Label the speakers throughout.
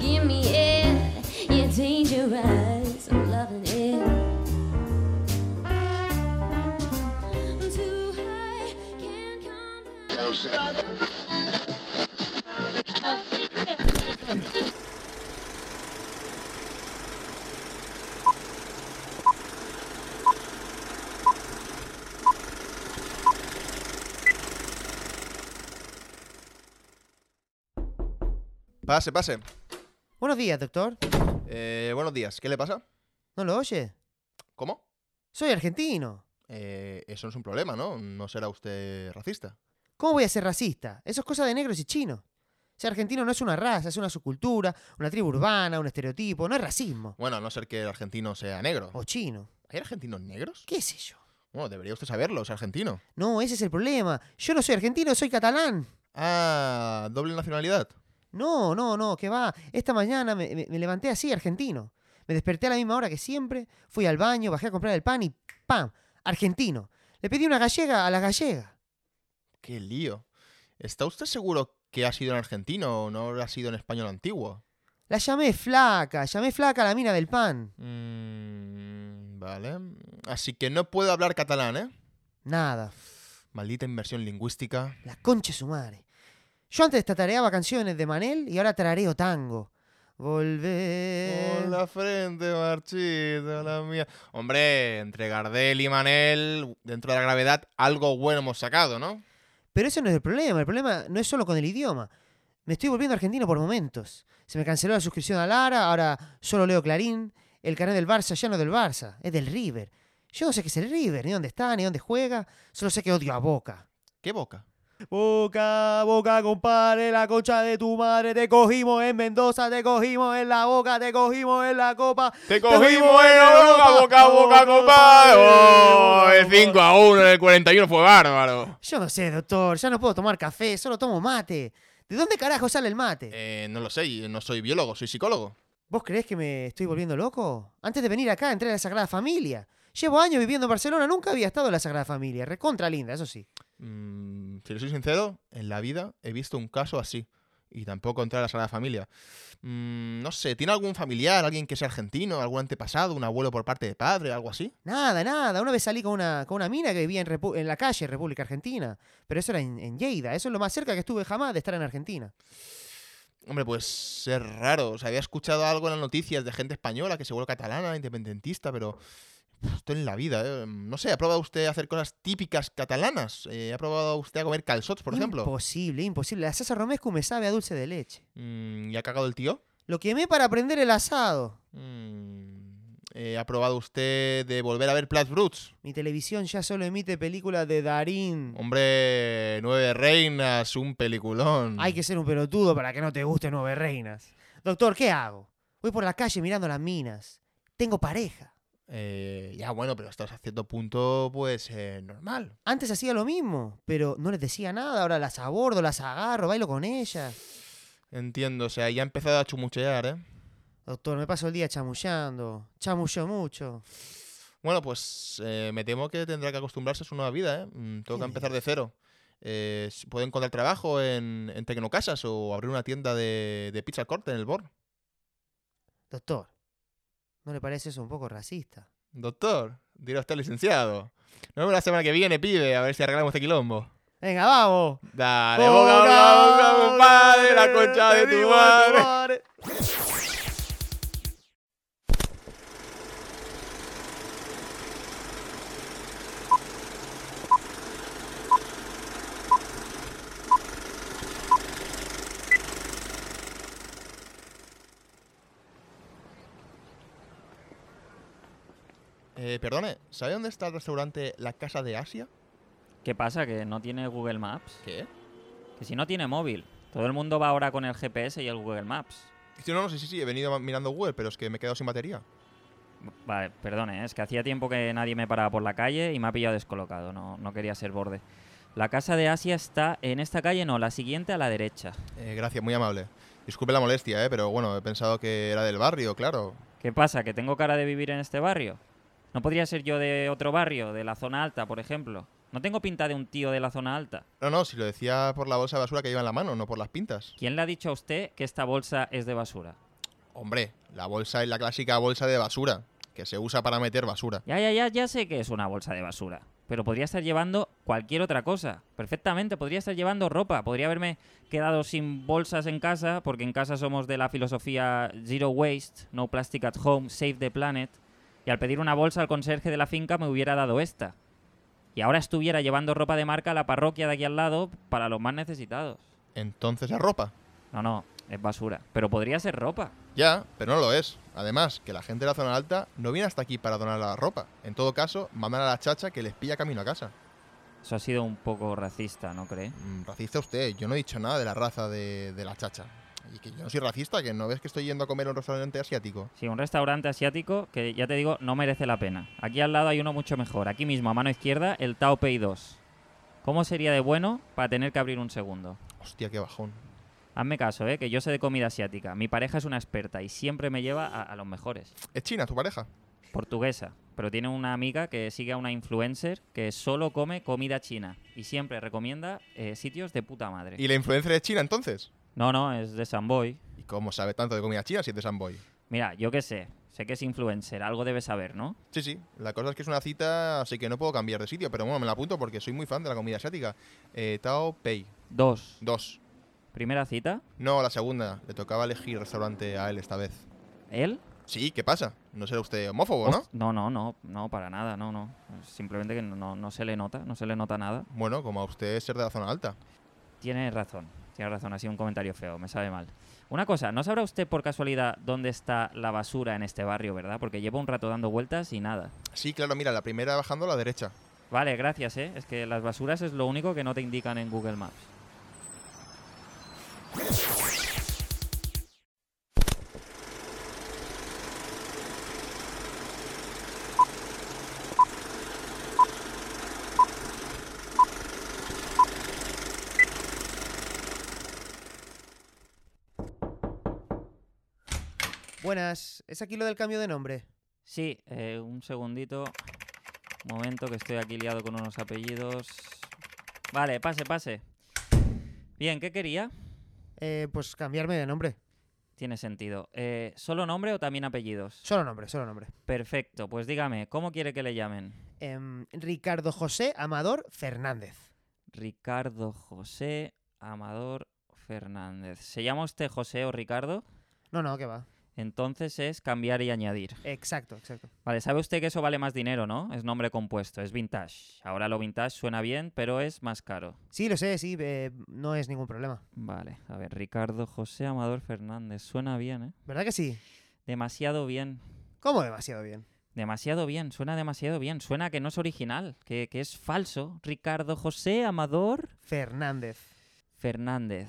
Speaker 1: give me it. You're dangerous. I'm loving it. I'm too high, can't come down.
Speaker 2: Pase, pase.
Speaker 3: Buenos días, doctor.
Speaker 2: Eh, buenos días. ¿Qué le pasa?
Speaker 3: ¿No lo oye?
Speaker 2: ¿Cómo?
Speaker 3: Soy argentino.
Speaker 2: Eh, eso no es un problema, ¿no? No será usted racista.
Speaker 3: ¿Cómo voy a ser racista? Eso es cosa de negros y chinos. Ser argentino no es una raza, es una subcultura, una tribu urbana, un estereotipo, no es racismo.
Speaker 2: Bueno, a no ser que el argentino sea negro.
Speaker 3: O chino.
Speaker 2: ¿Hay argentinos negros?
Speaker 3: ¿Qué sé yo?
Speaker 2: Bueno, debería usted saberlo, es argentino.
Speaker 3: No, ese es el problema. Yo no soy argentino, soy catalán.
Speaker 2: Ah, doble nacionalidad.
Speaker 3: No, no, no, que va. Esta mañana me, me- me levanté así, argentino. Me desperté a la misma hora que siempre, fui al baño, bajé a comprar el pan y ¡pam! Argentino. Le pedí una gallega a la gallega.
Speaker 2: Qué lío. ¿Está usted seguro que ha sido en argentino o no ha sido en español antiguo?
Speaker 3: La llamé flaca, llamé flaca a la mina del pan.
Speaker 2: Mm, vale. Así que no puedo hablar catalán, ¿eh?
Speaker 3: Nada,
Speaker 2: Maldita inversión lingüística.
Speaker 3: La concha de su madre. Yo antes tatareaba canciones de Manel y ahora tarareo tango. Volver.
Speaker 2: Con la frente marchita, la mía. Hombre, entre Gardel y Manel, dentro de la gravedad, algo bueno hemos sacado, ¿no?
Speaker 3: Pero ese no es el problema. El problema no es solo con el idioma. Me estoy volviendo argentino por momentos. Se me canceló la suscripción a Lara, ahora solo leo Clarín. El canal del Barça ya no es del Barça, es del River. Yo no sé qué es el River, ni dónde está, ni dónde juega. Solo sé que odio a Boca.
Speaker 2: ¿Qué boca?
Speaker 3: Boca, boca, compadre, la concha de tu madre. Te cogimos en Mendoza, te cogimos en la boca, te cogimos en la copa.
Speaker 2: ¡Te
Speaker 3: cogimos en Europa, boca a boca, compadre! ¡Oh, el 5
Speaker 2: a 1 en el 41 fue bárbaro!
Speaker 3: Yo no sé, doctor, ya no puedo tomar café, solo tomo mate. ¿De dónde carajo sale el mate?
Speaker 2: Eh, no lo sé, y no soy biólogo, soy psicólogo.
Speaker 3: ¿Vos creés que me estoy volviendo loco? Antes de venir acá entré a la Sagrada Familia. Llevo años viviendo en Barcelona, nunca había estado en la Sagrada Familia. Recontra linda, eso sí.
Speaker 2: Mm, si le soy sincero, en la vida he visto un caso así. Y tampoco entrar a la Sagrada Familia. Mm, no sé, ¿tiene algún familiar, alguien que sea argentino, algún antepasado, un abuelo por parte de padre, algo así?
Speaker 3: Nada, nada. Una vez salí con una, con una mina que vivía en, Repu- en la calle, República Argentina. Pero eso era en, en Lleida. Eso es lo más cerca que estuve jamás de estar en Argentina.
Speaker 2: Hombre, pues es raro. O sea, había escuchado algo en las noticias de gente española que se vuelve catalana, independentista, pero pf, esto en la vida, ¿eh? No sé, ¿ha probado usted a hacer cosas típicas catalanas? Eh, ¿Ha probado usted a comer calzots, por ejemplo?
Speaker 3: Imposible, imposible. La salsa romescu me sabe a dulce de leche.
Speaker 2: Mm, ¿Y ha cagado el tío?
Speaker 3: Lo quemé para prender el asado.
Speaker 2: Mm, eh, ¿Ha probado usted de volver a ver Plats Bruts?
Speaker 3: Mi televisión ya solo emite películas de Darín.
Speaker 2: Hombre, Nueve Reinas, un peliculón.
Speaker 3: Hay que ser un pelotudo para que no te guste Nueve Reinas. Doctor, ¿qué hago? Voy por la calle mirando las minas. Tengo pareja.
Speaker 2: Eh, ya bueno, pero estás a cierto punto, pues, eh, normal.
Speaker 3: Antes hacía lo mismo, pero no les decía nada. Ahora las abordo, las agarro, bailo con ellas.
Speaker 2: Entiendo, o sea, ya ha empezado a chumuchear, ¿eh?
Speaker 3: Doctor, me paso el día chamullando. Chamullo mucho.
Speaker 2: Bueno, pues eh, me temo que tendrá que acostumbrarse a su nueva vida, ¿eh? Mm, Tengo
Speaker 3: ¿Qué
Speaker 2: que empezar de cero. Eh, s- puede encontrar trabajo en, en Tecnocasas o abrir una tienda de, de pizza corte en el Bor.
Speaker 3: Doctor, ¿no le parece eso un poco racista?
Speaker 2: Doctor, dirá usted licenciado. Nos vemos la semana que viene, pibe, a ver si arreglamos este quilombo.
Speaker 3: Venga, vamos.
Speaker 2: Dale,
Speaker 3: Oh,
Speaker 2: boca, a boca, boca, compadre, la concha de tu madre.
Speaker 3: madre.
Speaker 2: Eh, perdone, ¿sabe dónde está el restaurante La Casa de Asia?
Speaker 4: ¿Qué pasa? ¿Que no tiene Google Maps?
Speaker 2: ¿Qué?
Speaker 4: Que si no tiene móvil. Todo el mundo va ahora con el GPS y el Google Maps.
Speaker 2: Sí, no, no, sí, sí, sí, he venido ma- mirando Google, pero es que me he quedado sin batería.
Speaker 4: B- Vale, perdone, ¿eh? es que hacía tiempo que nadie me paraba por la calle y me ha pillado descolocado. No, no quería ser borde. La casa de Asia está en esta calle, no, la siguiente a la derecha.
Speaker 2: Eh, gracias, muy amable. Disculpe la molestia, ¿eh? Pero bueno, he pensado que era del barrio, claro.
Speaker 4: ¿Qué pasa? ¿Que tengo cara de vivir en este barrio? ¿No podría ser yo de otro barrio, de la zona alta, por ejemplo? No tengo pinta de un tío de la zona alta.
Speaker 2: No, no, si lo decía por la bolsa de basura que lleva en la mano, no por las pintas.
Speaker 4: ¿Quién le ha dicho a usted que esta bolsa es de basura?
Speaker 2: Hombre, la bolsa es la clásica bolsa de basura, que se usa para meter basura.
Speaker 4: Ya, ya, ya, ya sé que es una bolsa de basura. Pero podría estar llevando cualquier otra cosa. Perfectamente, podría estar llevando ropa. Podría haberme quedado sin bolsas en casa, porque en casa somos de la filosofía Zero Waste, No Plastic at Home, Save the Planet. Y al pedir una bolsa al conserje de la finca me hubiera dado esta. Y ahora estuviera llevando ropa de marca a la parroquia de aquí al lado para los más necesitados.
Speaker 2: Entonces es ropa.
Speaker 4: No, no, es basura. Pero podría ser ropa.
Speaker 2: Ya, pero no lo es. Además, que la gente de la zona alta no viene hasta aquí para donar la ropa. En todo caso, mandan a la chacha que les pilla camino a casa.
Speaker 4: Eso ha sido un poco racista, ¿no cree?
Speaker 2: Mm, Racista usted, yo no he dicho nada de la raza de, de la chacha. Y que yo no soy racista, que no ves que estoy yendo a comer a un restaurante asiático.
Speaker 4: Sí, un restaurante asiático que ya te digo, no merece la pena. Aquí al lado hay uno mucho mejor. Aquí mismo, a mano izquierda, el Tao Pei 2. ¿Cómo sería de bueno para tener que abrir un segundo?
Speaker 2: Hostia, qué bajón.
Speaker 4: Hazme caso, ¿eh? que yo sé de comida asiática. Mi pareja es una experta y siempre me lleva a, a los mejores.
Speaker 2: ¿Es China tu pareja?
Speaker 4: Portuguesa, pero tiene una amiga que sigue a una influencer que solo come comida china y siempre recomienda eh, sitios de puta madre.
Speaker 2: ¿Y la influencer es China entonces?
Speaker 4: No, no, es de Samboy.
Speaker 2: ¿Y cómo sabe tanto de comida china si es de Samboy?
Speaker 4: Mira, yo qué sé, sé que es influencer, algo debe saber, ¿no?
Speaker 2: Sí, sí. La cosa es que es una cita, así que no puedo cambiar de sitio, pero bueno, me la apunto porque soy muy fan de la comida asiática. Eh, Tao Pei
Speaker 4: Dos.
Speaker 2: 2.
Speaker 4: Primera cita,
Speaker 2: No, la segunda. Le tocaba elegir restaurante a él esta vez.
Speaker 4: él
Speaker 2: Sí, ¿qué pasa? No será usted homófobo, ¿no?
Speaker 4: Host- No, no, no, no, para nada, no, no. Simplemente que no, no se le nota, no se le nota nada.
Speaker 2: Bueno, como a usted es ser de la zona alta.
Speaker 4: Tiene razón, tiene razón, ha sido un comentario feo, me sabe mal. Una cosa, ¿no sabrá usted por casualidad dónde está la basura en este barrio, verdad? Porque llevo un rato dando vueltas y nada.
Speaker 2: Sí, claro, mira, la primera bajando a la derecha.
Speaker 4: Vale, gracias, ¿eh? Es que las basuras es lo único que no te indican en Google Maps.
Speaker 3: Buenas, es aquí lo del cambio de nombre.
Speaker 4: Sí, eh, un segundito. Un momento que estoy aquí liado con unos apellidos. Vale, pase, pase. Bien, ¿qué quería?
Speaker 3: Eh, pues cambiarme de nombre.
Speaker 4: Tiene sentido. Eh, ¿Solo nombre o también apellidos?
Speaker 3: Solo nombre, solo nombre.
Speaker 4: Perfecto, pues dígame, ¿cómo quiere que le llamen?
Speaker 3: Em, Ricardo José Amador Fernández.
Speaker 4: Ricardo José Amador Fernández. ¿Se llama usted José o Ricardo?
Speaker 3: No, no, que va.
Speaker 4: Entonces es cambiar y añadir.
Speaker 3: Exacto, exacto.
Speaker 4: Vale, sabe usted que eso vale más dinero, ¿no? Es nombre compuesto, es vintage. Ahora lo vintage suena bien, pero es más caro.
Speaker 3: Sí, lo sé, sí, eh, no es ningún problema.
Speaker 4: Vale, a ver, Ricardo José Amador Fernández. Suena bien, ¿eh?
Speaker 3: ¿Verdad que sí?
Speaker 4: Demasiado bien.
Speaker 3: Como demasiado bien.
Speaker 4: Demasiado bien, suena demasiado bien. Suena que no es original, que, que es falso. Ricardo José Amador
Speaker 3: Fernández.
Speaker 4: Fernández.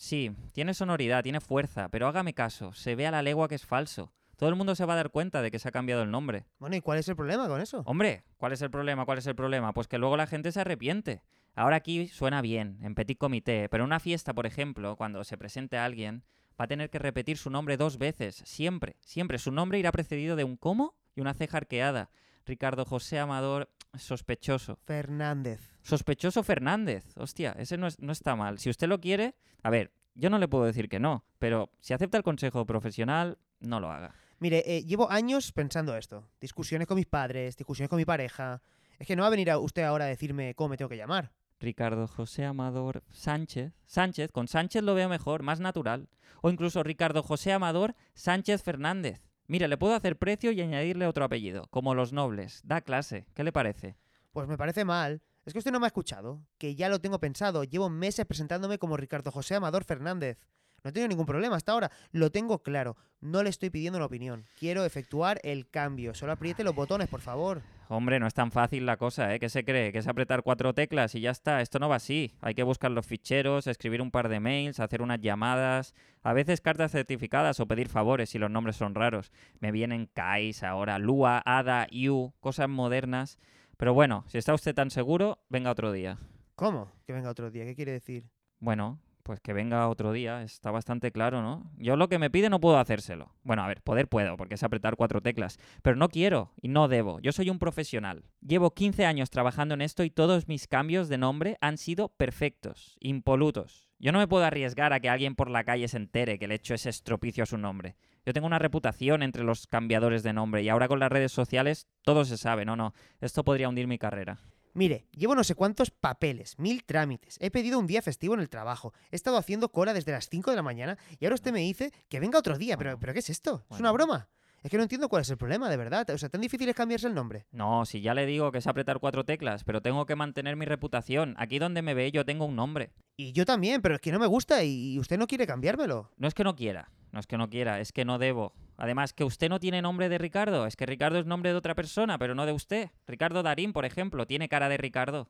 Speaker 4: Sí, tiene sonoridad, tiene fuerza, pero hágame caso, se ve a la legua que es falso. Todo el mundo se va a dar cuenta de que se ha cambiado el nombre.
Speaker 3: Bueno, ¿y cuál es el problema con eso?
Speaker 4: Hombre, ¿cuál es el problema? ¿Cuál es el problema? Pues que luego la gente se arrepiente. Ahora aquí suena bien, en petit comité, pero en una fiesta, por ejemplo, cuando se presente a alguien, va a tener que repetir su nombre dos veces, siempre, siempre. Su nombre irá precedido de un cómo y una ceja arqueada. Ricardo José Amador, sospechoso.
Speaker 3: Fernández.
Speaker 4: Sospechoso Fernández. Hostia, ese no, es- no está mal. Si usted lo quiere, a ver, yo no le puedo decir que no, pero si acepta el consejo profesional, no lo haga.
Speaker 3: Mire, eh, llevo años pensando esto. Discusiones con mis padres, discusiones con mi pareja. Es que no va a venir a usted ahora a decirme cómo me tengo que llamar.
Speaker 4: Ricardo José Amador Sánchez. Sánchez, con Sánchez lo veo mejor, más natural. O incluso Ricardo José Amador Sánchez Fernández. Mire, le puedo hacer precio y añadirle otro apellido, como los nobles. Da clase, ¿qué le parece?
Speaker 3: Pues me parece mal. Es que usted no me ha escuchado, que ya lo tengo pensado. Llevo meses presentándome como Ricardo José Amador Fernández. No tengo ningún problema hasta ahora. Lo tengo claro. No le estoy pidiendo una opinión. Quiero efectuar el cambio. Solo apriete los botones, por favor.
Speaker 4: Hombre, no es tan fácil la cosa, ¿eh? ¿Qué se cree? ¿Que es apretar cuatro teclas y ya está? Esto no va así. Hay que buscar los ficheros, escribir un par de mails, hacer unas llamadas, a veces cartas certificadas o pedir favores si los nombres son raros. Me vienen Kais ahora, Lua, Ada, Yu, cosas modernas. Pero bueno, si está usted tan seguro, venga otro día.
Speaker 3: ¿Cómo? Que venga otro día. ¿Qué quiere decir?
Speaker 4: Bueno, pues que venga otro día, está bastante claro, ¿no? Yo lo que me pide no puedo hacérselo. Bueno, a ver, poder puedo, porque es apretar cuatro teclas, pero no quiero y no debo. Yo soy un profesional. Llevo 15 años trabajando en esto y todos mis cambios de nombre han sido perfectos, impolutos. Yo no me puedo arriesgar a que alguien por la calle se entere que le he hecho ese estropicio a su nombre. Yo tengo una reputación entre los cambiadores de nombre y ahora con las redes sociales todo se sabe. No, no, esto podría hundir mi carrera.
Speaker 3: Mire, llevo no sé cuántos papeles, mil trámites. He pedido un día festivo en el trabajo. He estado haciendo cola desde las 5 de la mañana y ahora usted me dice que venga otro día. ¿Pero,
Speaker 4: Bueno.
Speaker 3: ¿pero qué es esto? ¿Es
Speaker 4: Bueno.
Speaker 3: una broma? Es que no entiendo cuál es el problema, de verdad. O sea, tan difícil es cambiarse el nombre.
Speaker 4: No, si ya le digo que es apretar cuatro teclas, pero tengo que mantener mi reputación. Aquí donde me ve yo tengo un nombre.
Speaker 3: Y yo también, pero es que no me gusta y y usted no quiere cambiármelo.
Speaker 4: No es que no quiera, no es que no quiera, es que no debo. Además, que usted no tiene nombre de Ricardo, es que Ricardo es nombre de otra persona, pero no de usted. Ricardo Darín, por ejemplo, tiene cara de Ricardo.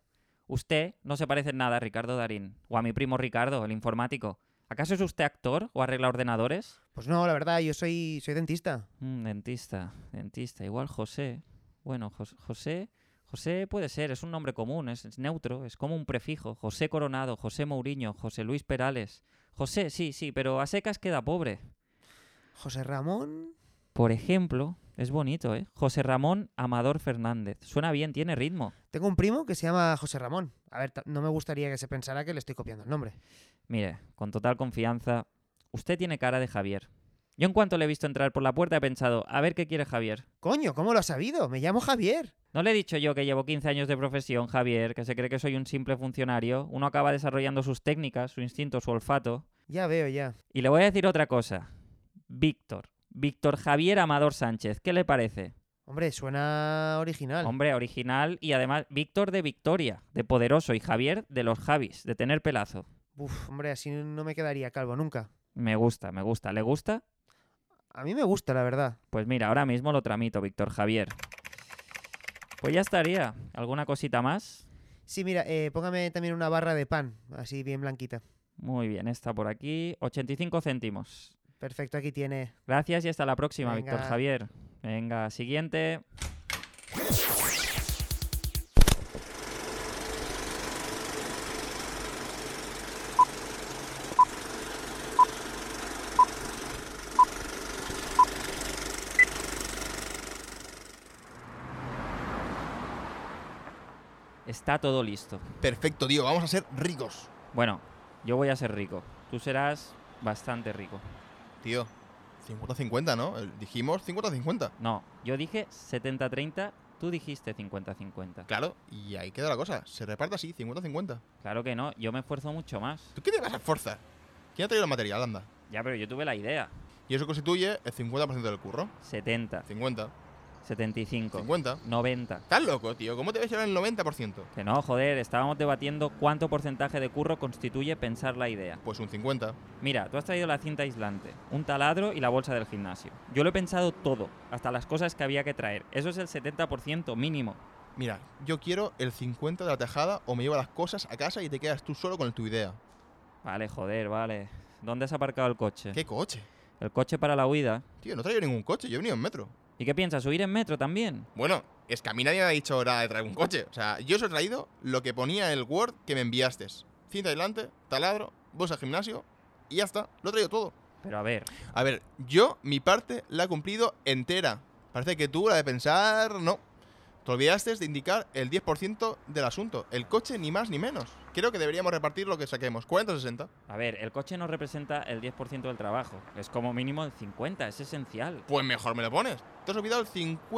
Speaker 4: Usted no se parece en nada a Ricardo Darín, o a mi primo Ricardo, el informático. ¿Acaso es usted actor o arregla ordenadores?
Speaker 3: Pues no, la verdad, yo soy, soy dentista.
Speaker 4: Mm, dentista, dentista, igual José. Bueno, Jos- José, José puede ser, es un nombre común, es, es neutro, es como un prefijo. José Coronado, José Mourinho, José Luis Perales. José, sí, sí, pero a secas queda pobre.
Speaker 3: José Ramón.
Speaker 4: Por ejemplo, es bonito, ¿eh? José Ramón Amador Fernández. Suena bien, tiene ritmo.
Speaker 3: Tengo un primo que se llama José Ramón. A ver, ta- no me gustaría que se pensara que le estoy copiando el nombre.
Speaker 4: Mire, con total confianza, usted tiene cara de Javier. Yo en cuanto le he visto entrar por la puerta he pensado, a ver qué quiere Javier.
Speaker 3: Coño, ¿cómo lo ha sabido? Me llamo Javier.
Speaker 4: ¿No le he dicho yo que llevo 15 años de profesión, Javier, que se cree que soy un simple funcionario? Uno acaba desarrollando sus técnicas, su instinto, su olfato.
Speaker 3: Ya veo, ya.
Speaker 4: Y le voy a decir otra cosa. Víctor. Víctor Javier Amador Sánchez. ¿Qué le parece?
Speaker 3: Hombre, suena original.
Speaker 4: Hombre, original y además Víctor de Victoria, de Poderoso, y Javier de los Javis, de tener pelazo.
Speaker 3: Uf, hombre, así no me quedaría calvo nunca.
Speaker 4: Me gusta, me gusta. ¿Le gusta?
Speaker 3: A mí me gusta, la verdad.
Speaker 4: Pues mira, ahora mismo lo tramito, Víctor Javier. Pues ya estaría. ¿Alguna cosita más?
Speaker 3: Sí, mira, eh, póngame también una barra de pan, así bien blanquita.
Speaker 4: Muy bien, está por aquí. 85 céntimos.
Speaker 3: Perfecto, aquí tiene.
Speaker 4: Gracias y hasta la próxima, Víctor
Speaker 3: Venga.
Speaker 4: Javier. Venga, siguiente. Está todo listo.
Speaker 2: Perfecto, tío. Vamos a ser ricos.
Speaker 4: Bueno, yo voy a ser rico. Tú serás bastante rico.
Speaker 2: Tío, 50-50, ¿no? El- Dijimos 50-50.
Speaker 4: No, yo dije 70-30, tú dijiste 50-50.
Speaker 2: Claro, y ahí queda la cosa. Se reparte así, 50-50.
Speaker 4: Claro que no, yo me esfuerzo mucho más.
Speaker 2: ¿Tú qué te vas a esforzar? ¿Quién ha traído el material, anda?
Speaker 4: Ya, pero yo tuve la idea.
Speaker 2: Y eso constituye el 50% del curro.
Speaker 4: 70,
Speaker 2: 50,
Speaker 4: 75,
Speaker 2: 50.
Speaker 4: 90.
Speaker 2: Estás loco, tío. ¿Cómo te ves llevar el 90%?
Speaker 4: Que no, joder, estábamos debatiendo cuánto porcentaje de curro constituye pensar la idea.
Speaker 2: Pues un 50.
Speaker 4: Mira, tú has traído la cinta aislante, un taladro y la bolsa del gimnasio. Yo lo he pensado todo, hasta las cosas que había que traer. Eso es el 70% mínimo.
Speaker 2: Mira, yo quiero el 50 de la tajada o me llevo las cosas a casa y te quedas tú solo con tu idea.
Speaker 4: Vale, joder, vale. ¿Dónde has aparcado el coche?
Speaker 2: ¿Qué coche?
Speaker 4: El coche para la huida.
Speaker 2: Tío, no traigo ningún coche, yo he venido en metro.
Speaker 4: ¿Y qué piensas? ¿Huir en metro también?
Speaker 2: Bueno, es que a mí nadie me ha dicho ahora de traer un coche. O sea, yo os he traído lo que ponía el Word que me enviaste. Cinta adelante, taladro, bolsa de gimnasio y ya está. Lo he traído todo.
Speaker 4: Pero a ver,
Speaker 2: A ver, yo mi parte la he cumplido entera. Parece que tú la de pensar, no. Te olvidaste de indicar el 10% del asunto. El coche ni más ni menos. Creo que deberíamos repartir lo que saquemos. 40-60.
Speaker 4: A ver, el coche no representa el 10% del trabajo. Es como mínimo el 50%, es esencial.
Speaker 2: Pues mejor me lo pones. Te has olvidado el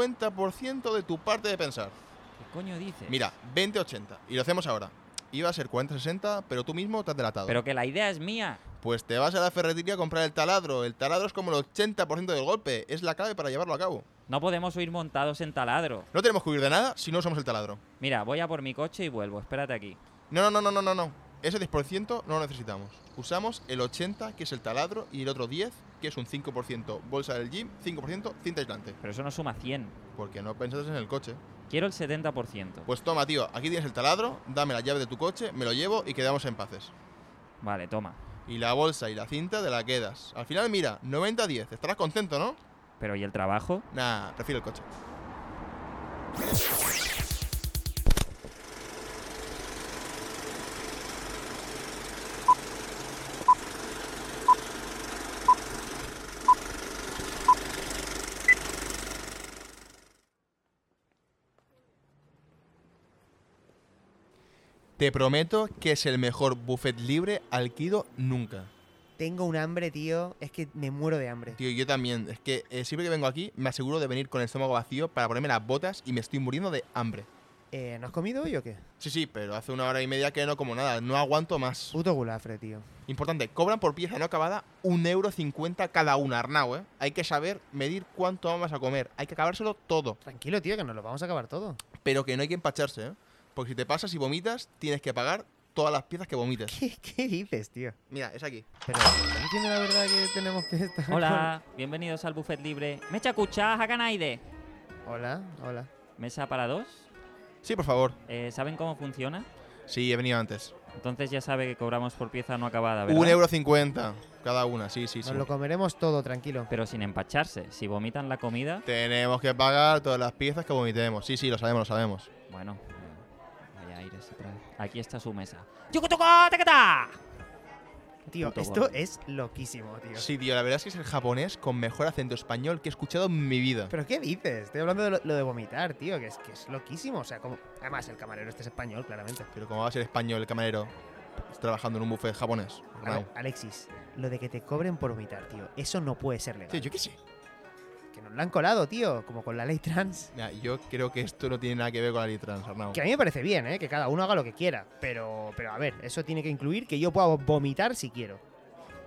Speaker 2: 50% de tu parte de pensar.
Speaker 4: ¿Qué coño dices?
Speaker 2: Mira, 20-80. Y lo hacemos ahora. Iba a ser 40-60, pero tú mismo te has delatado.
Speaker 4: Pero que la idea es mía.
Speaker 2: Pues te vas a la ferretería a comprar el taladro. El taladro es como el 80% del golpe. Es la clave para llevarlo a cabo.
Speaker 4: No podemos huir montados en taladro.
Speaker 2: No tenemos que huir de nada si no somos el taladro.
Speaker 4: Mira, voy a por mi coche y vuelvo. Espérate aquí.
Speaker 2: No, no, no, no, no, no, no. Ese 10% no lo necesitamos. Usamos el 80%, que es el taladro, y el otro 10%, que es un 5% bolsa del gym, 5% cinta aislante.
Speaker 4: Pero eso no suma 100.
Speaker 2: Porque no pensaste en el coche.
Speaker 4: Quiero el 70%.
Speaker 2: Pues toma, tío, aquí tienes el taladro, dame la llave de tu coche, me lo llevo y quedamos en paces.
Speaker 4: Vale, toma.
Speaker 2: Y la bolsa y la cinta te la quedas. Al final, mira, 90-10. Estarás contento, ¿no?
Speaker 4: Pero ¿y el trabajo?
Speaker 2: Nah, prefiero el coche. Te prometo que es el mejor buffet libre al Kido nunca.
Speaker 3: Tengo un hambre, tío. Es que me muero de hambre.
Speaker 2: Tío, yo también. Es que eh, siempre que vengo aquí me aseguro de venir con el estómago vacío para ponerme las botas y me estoy muriendo de hambre.
Speaker 3: Eh, ¿No has comido hoy o qué?
Speaker 2: Sí, sí, pero hace una hora y media que no como nada. No aguanto más.
Speaker 3: Puto gulafre, tío.
Speaker 2: Importante, cobran por pieza no acabada un euro cincuenta cada una, Arnau, ¿eh? Hay que saber medir cuánto vamos a comer. Hay que acabárselo todo.
Speaker 3: Tranquilo, tío, que nos lo vamos a acabar todo.
Speaker 2: Pero que no hay que empacharse, ¿eh? Porque si te pasas y vomitas, tienes que pagar todas las piezas que vomites.
Speaker 3: ¿Qué, qué dices, tío?
Speaker 2: Mira, es aquí.
Speaker 3: Pero, ¿estás diciendo la verdad que tenemos que estar?
Speaker 4: Hola, bienvenidos al buffet libre. Mecha cucha, Hakanaide.
Speaker 3: Hola, hola.
Speaker 4: Mesa para dos.
Speaker 2: Sí, por favor.
Speaker 4: Eh, ¿Saben cómo funciona?
Speaker 2: Sí, he venido antes.
Speaker 4: Entonces ya sabe que cobramos por pieza no acabada, ¿verdad?
Speaker 2: Un euro cincuenta cada una, sí, sí, sí.
Speaker 3: Nos lo comeremos todo, tranquilo.
Speaker 4: Pero sin empacharse. Si vomitan la comida,
Speaker 2: Tenemos que pagar todas las piezas que vomitemos. Sí, sí, lo sabemos, lo sabemos.
Speaker 4: bueno. eh, Vaya aires otra vez. Aquí está su mesa. ¡Yukutuko, takata!
Speaker 3: Tío,
Speaker 4: puto
Speaker 3: esto
Speaker 4: gordo.
Speaker 3: es loquísimo, tío.
Speaker 2: Sí, tío, la verdad es que es el japonés con mejor acento español que he escuchado en mi vida.
Speaker 3: ¿Pero qué dices? Estoy hablando de lo, lo de vomitar, tío, que es, que es loquísimo. O sea, como... Además, el camarero este es español, claramente.
Speaker 2: Pero como va a ser español el camarero trabajando en un buffet japonés.
Speaker 3: A ver,
Speaker 2: Arnau.
Speaker 3: Alexis, lo de que te cobren por vomitar, tío, eso no puede ser legal.
Speaker 2: Tío, yo qué sé.
Speaker 3: Que nos lo han colado, tío, como con la ley trans.
Speaker 2: Mira, yo creo que esto no tiene nada que ver con la ley trans, Arnau.
Speaker 3: Que a mí me parece bien, ¿eh? Que cada uno haga lo que quiera. Pero, pero a ver, eso tiene que incluir que yo pueda vomitar si quiero.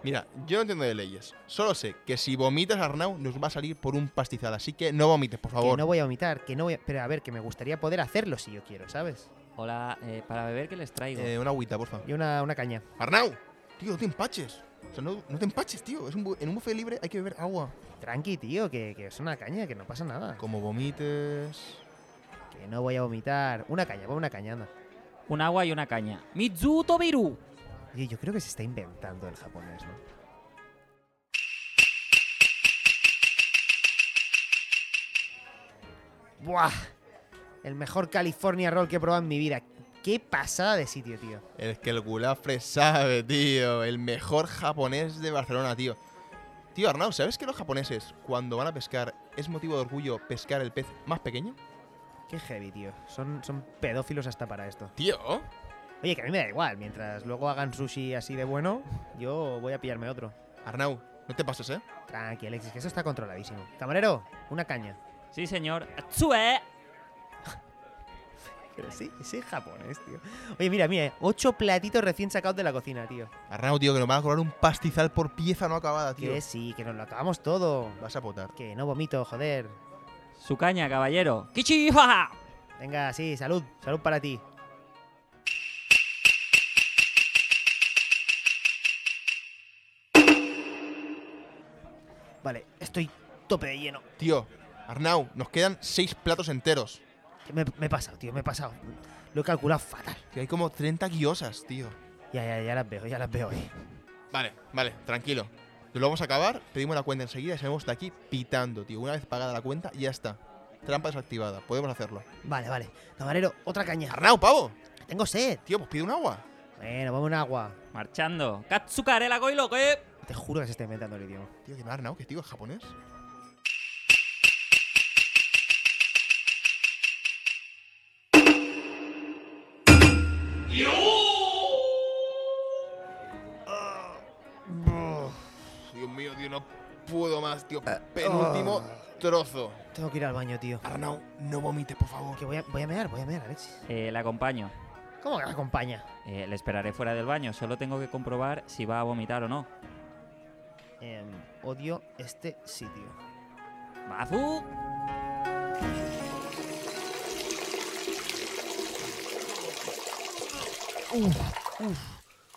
Speaker 2: Mira, yo no entiendo de leyes. Solo sé que si vomitas, Arnau, nos va a salir por un pastizal. Así que no vomites, por
Speaker 3: Que
Speaker 2: favor.
Speaker 3: no voy a vomitar, que no voy a... Pero a ver, que me gustaría poder hacerlo si yo quiero, ¿sabes?
Speaker 4: Hola, eh, para beber, ¿qué les traigo?
Speaker 2: Eh, una agüita, por favor.
Speaker 3: Y una, una caña.
Speaker 2: Arnau, tío, no te empaches. O sea, no, no te empaches, tío. Es un bu- en un buffet libre hay que beber agua.
Speaker 3: Tranqui, tío, que, que es una caña, que no pasa nada.
Speaker 2: Como vomites.
Speaker 3: Que no voy a vomitar. Una caña, pon una caña, anda.
Speaker 4: Un agua y una caña. ¡Mizu Tobiru!
Speaker 3: Oye, yo creo que se está inventando el japonés, ¿no? ¡Buah! El mejor California Roll que he probado en mi vida. ¡Qué pasada de sitio, tío!
Speaker 2: Es que el gulafre sabe, tío. El mejor japonés de Barcelona, tío. Tío, Arnau, ¿sabes que los japoneses, cuando van a pescar, es motivo de orgullo pescar el pez más pequeño?
Speaker 3: ¡Qué heavy, tío! Son, son pedófilos hasta para esto.
Speaker 2: Tío.
Speaker 3: Oye, que a mí me da igual. Mientras luego hagan sushi así de bueno, yo voy a pillarme otro.
Speaker 2: Arnau, no te pases, ¿eh?
Speaker 3: Tranqui, Alexis, que eso está controladísimo. Camarero, una caña.
Speaker 4: Sí, señor. ¡Atsue!
Speaker 3: Pero sí, sí es japonés, tío. Oye, mira, mira, ocho platitos recién sacados de la cocina, tío.
Speaker 2: Arnau, tío, que nos van a cobrar un pastizal por pieza no acabada, tío.
Speaker 3: Que sí, que nos lo acabamos todo.
Speaker 2: Vas a potar.
Speaker 3: Que no vomito, joder.
Speaker 4: Su caña, caballero. ¡Kichi! ¡Ja, ja!
Speaker 3: Venga, sí, salud, salud para ti. Vale, estoy tope de lleno.
Speaker 2: Tío, Arnau, nos quedan seis platos enteros.
Speaker 3: Me, me he pasado, tío, me he pasado. Lo he calculado fatal.
Speaker 2: Que hay como 30 guiosas, tío.
Speaker 3: Ya, ya, ya las veo, ya las veo ahí.
Speaker 2: Vale, vale, tranquilo. Lo vamos a acabar, pedimos la cuenta enseguida y salimos de aquí pitando, tío. Una vez pagada la cuenta, ya está. Trampa desactivada, podemos hacerlo.
Speaker 3: Vale, vale. Camarero, otra caña.
Speaker 2: Arnau, pavo.
Speaker 3: Tengo sed.
Speaker 2: Tío, pues pide un agua.
Speaker 3: Bueno, vamos a un agua.
Speaker 4: Marchando. ¡Katsukare la eh. goilo, que!
Speaker 3: Te juro que se está inventando el idioma.
Speaker 2: Tío, que me ha Arnau, que tío, es japonés. Dios mío, tío, no puedo más, tío. Penúltimo trozo.
Speaker 3: Tengo que ir al baño, tío.
Speaker 2: Ah. Arnau, no vomites, por favor.
Speaker 3: Que voy a, voy a mear, voy a mear, Alexis.
Speaker 4: Eh, le acompaño.
Speaker 3: ¿Cómo que me acompaña?
Speaker 4: Eh, le esperaré fuera del baño. Solo tengo que comprobar si va a vomitar o no.
Speaker 3: Em, odio este sitio.
Speaker 4: ¡Mazu!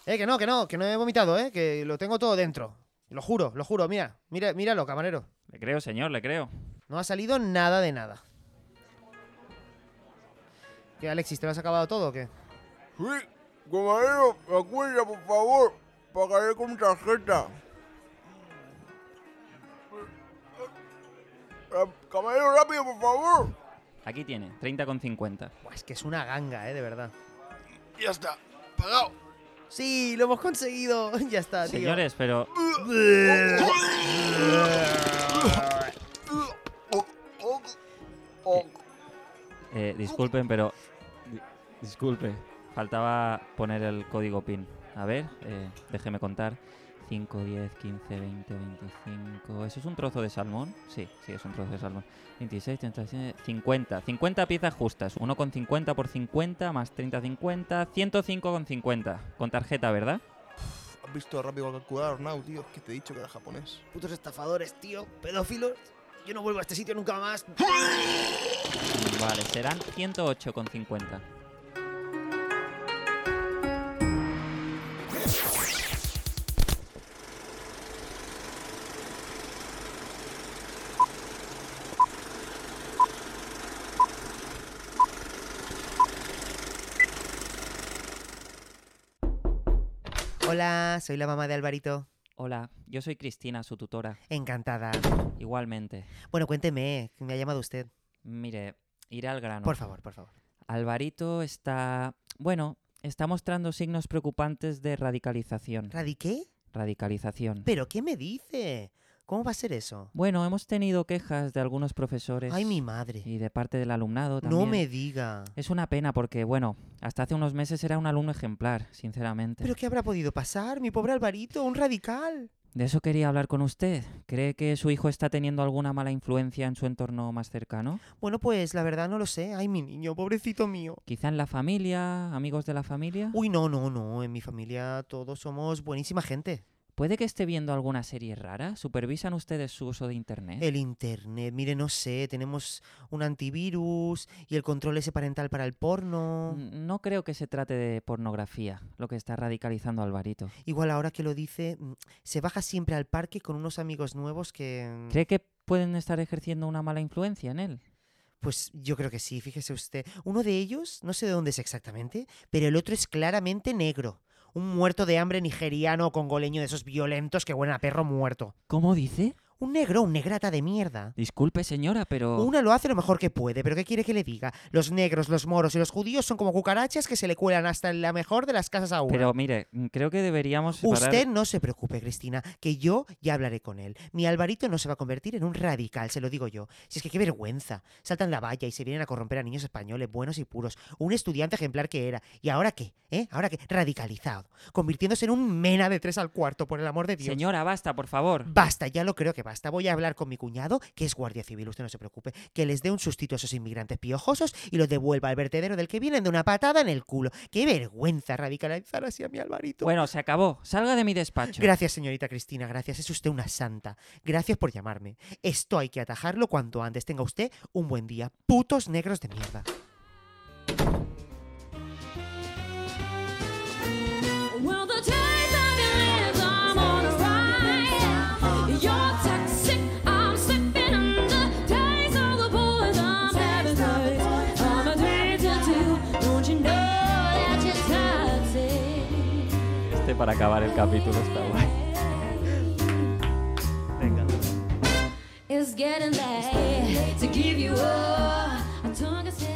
Speaker 3: Eh, que no, que no, que no he vomitado, eh, que lo tengo todo dentro. Lo juro, lo juro, mira, mira, míralo, camarero.
Speaker 4: Le creo, señor, le creo.
Speaker 3: No ha salido nada de nada. ¿Qué, Alexis, te lo has acabado todo o qué?
Speaker 5: Sí, camarero, la cuenta, por favor. Pagaré con tarjeta. Ra- Camarero, Eh, rápido, por favor.
Speaker 4: Aquí tiene, 30,50.
Speaker 3: Buah, es que es una ganga, eh, de verdad.
Speaker 5: Ya está, pagado.
Speaker 3: Sí, lo hemos conseguido. ya está, tío.
Speaker 4: Señores, pero eh, disculpen, pero. di- Disculpe. Faltaba poner el código PIN. A ver, eh, déjeme contar. 5, 10, 15, 20, 25. ¿Eso es un trozo de salmón? Sí, sí, es un trozo de salmón. 26, 37, 50. 50 piezas justas. 1,50 por 50 más 30, 50. 105,50. Con tarjeta, ¿verdad?
Speaker 2: Has visto rápido calcular, Now, tío. Es que te he dicho que era japonés.
Speaker 3: Putos estafadores, tío. Pedófilos. Yo no vuelvo a este sitio nunca más.
Speaker 4: Vale, serán 108,50.
Speaker 3: Hola, soy la mamá de Alvarito.
Speaker 4: Hola, yo soy Cristina, su tutora.
Speaker 3: Encantada.
Speaker 4: Igualmente.
Speaker 3: Bueno, cuénteme, me ha llamado usted.
Speaker 4: Mire, iré al grano.
Speaker 3: Por favor, por favor.
Speaker 4: Alvarito está. Bueno, está mostrando signos preocupantes de radicalización.
Speaker 3: ¿Radiqué?
Speaker 4: radicalización.
Speaker 3: ¿Pero qué me dice? ¿Cómo va a ser eso?
Speaker 4: Bueno, hemos tenido quejas de algunos profesores.
Speaker 3: Ay, mi madre.
Speaker 4: Y de parte del alumnado Pues, también.
Speaker 3: No me diga.
Speaker 4: Es una pena porque, bueno, hasta hace unos meses era un alumno ejemplar, sinceramente.
Speaker 3: ¿Pero qué habrá podido pasar? Mi pobre Alvarito, un radical.
Speaker 4: De eso quería hablar con usted. ¿Cree que su hijo está teniendo alguna mala influencia en su entorno más cercano?
Speaker 3: Bueno, pues la verdad no lo sé. Ay, mi niño, pobrecito mío.
Speaker 4: Quizá en la familia, amigos de la familia.
Speaker 3: Uy, no, no, no. En mi familia todos somos buenísima gente.
Speaker 4: ¿Puede que esté viendo alguna serie rara? ¿Supervisan ustedes su uso de Internet?
Speaker 3: El internet, mire, no sé, tenemos un antivirus y el control ese parental para el porno.
Speaker 4: N- No creo que se trate de pornografía, lo que está radicalizando Alvarito.
Speaker 3: Igual ahora que lo dice, mm, se baja siempre al parque con unos amigos nuevos que... mm,
Speaker 4: ¿Cree que pueden estar ejerciendo una mala influencia en él?
Speaker 3: Pues yo creo que sí, fíjese usted. Uno de ellos, no sé de dónde es exactamente, pero el otro es claramente negro. Un muerto de hambre nigeriano o congoleño de esos violentos que huelen a perro muerto.
Speaker 4: ¿Cómo dice?
Speaker 3: Un negro, un negrata de mierda.
Speaker 4: Disculpe, señora, pero...
Speaker 3: Una lo hace lo mejor que puede, pero ¿qué quiere que le diga? Los negros, los moros y los judíos son como cucarachas que se le cuelan hasta en la mejor de las casas a uno.
Speaker 4: Pero mire, mm, creo que deberíamos separar...
Speaker 3: Usted no se preocupe, Cristina, que yo ya hablaré con él. Mi Alvarito no se va a convertir en un radical, se lo digo yo. Si es que qué vergüenza. Saltan la valla y se vienen a corromper a niños españoles buenos y puros. Un estudiante ejemplar que era. ¿Y ahora qué? ¿Eh? ¿Ahora qué? Radicalizado. Convirtiéndose en un mena de tres al cuarto, por el amor de Dios.
Speaker 4: Señora, basta, por favor.
Speaker 3: Basta, ya lo creo que basta. Voy a hablar con mi cuñado, que es guardia civil, usted no se preocupe, que les dé un sustito a esos inmigrantes piojosos y los devuelva al vertedero del que vienen de una patada en el culo. ¡Qué vergüenza radicalizar así a mi Alvarito!
Speaker 4: Bueno, se acabó. Salga de mi despacho.
Speaker 3: Gracias, señorita Cristina, gracias. Es usted una santa. Gracias por llamarme. Esto hay que atajarlo cuanto antes. Tenga usted un buen día. Putos negros de mierda.
Speaker 1: Well, the days I've been lived, I'm on a ride. You're toxic, I'm slipping under. Days of the boys, I'm having boys. I'm a danger too. Don't you know that you're toxic?
Speaker 4: Este para acabar el capítulo está guay.
Speaker 1: It's getting late to give you up. My tongue is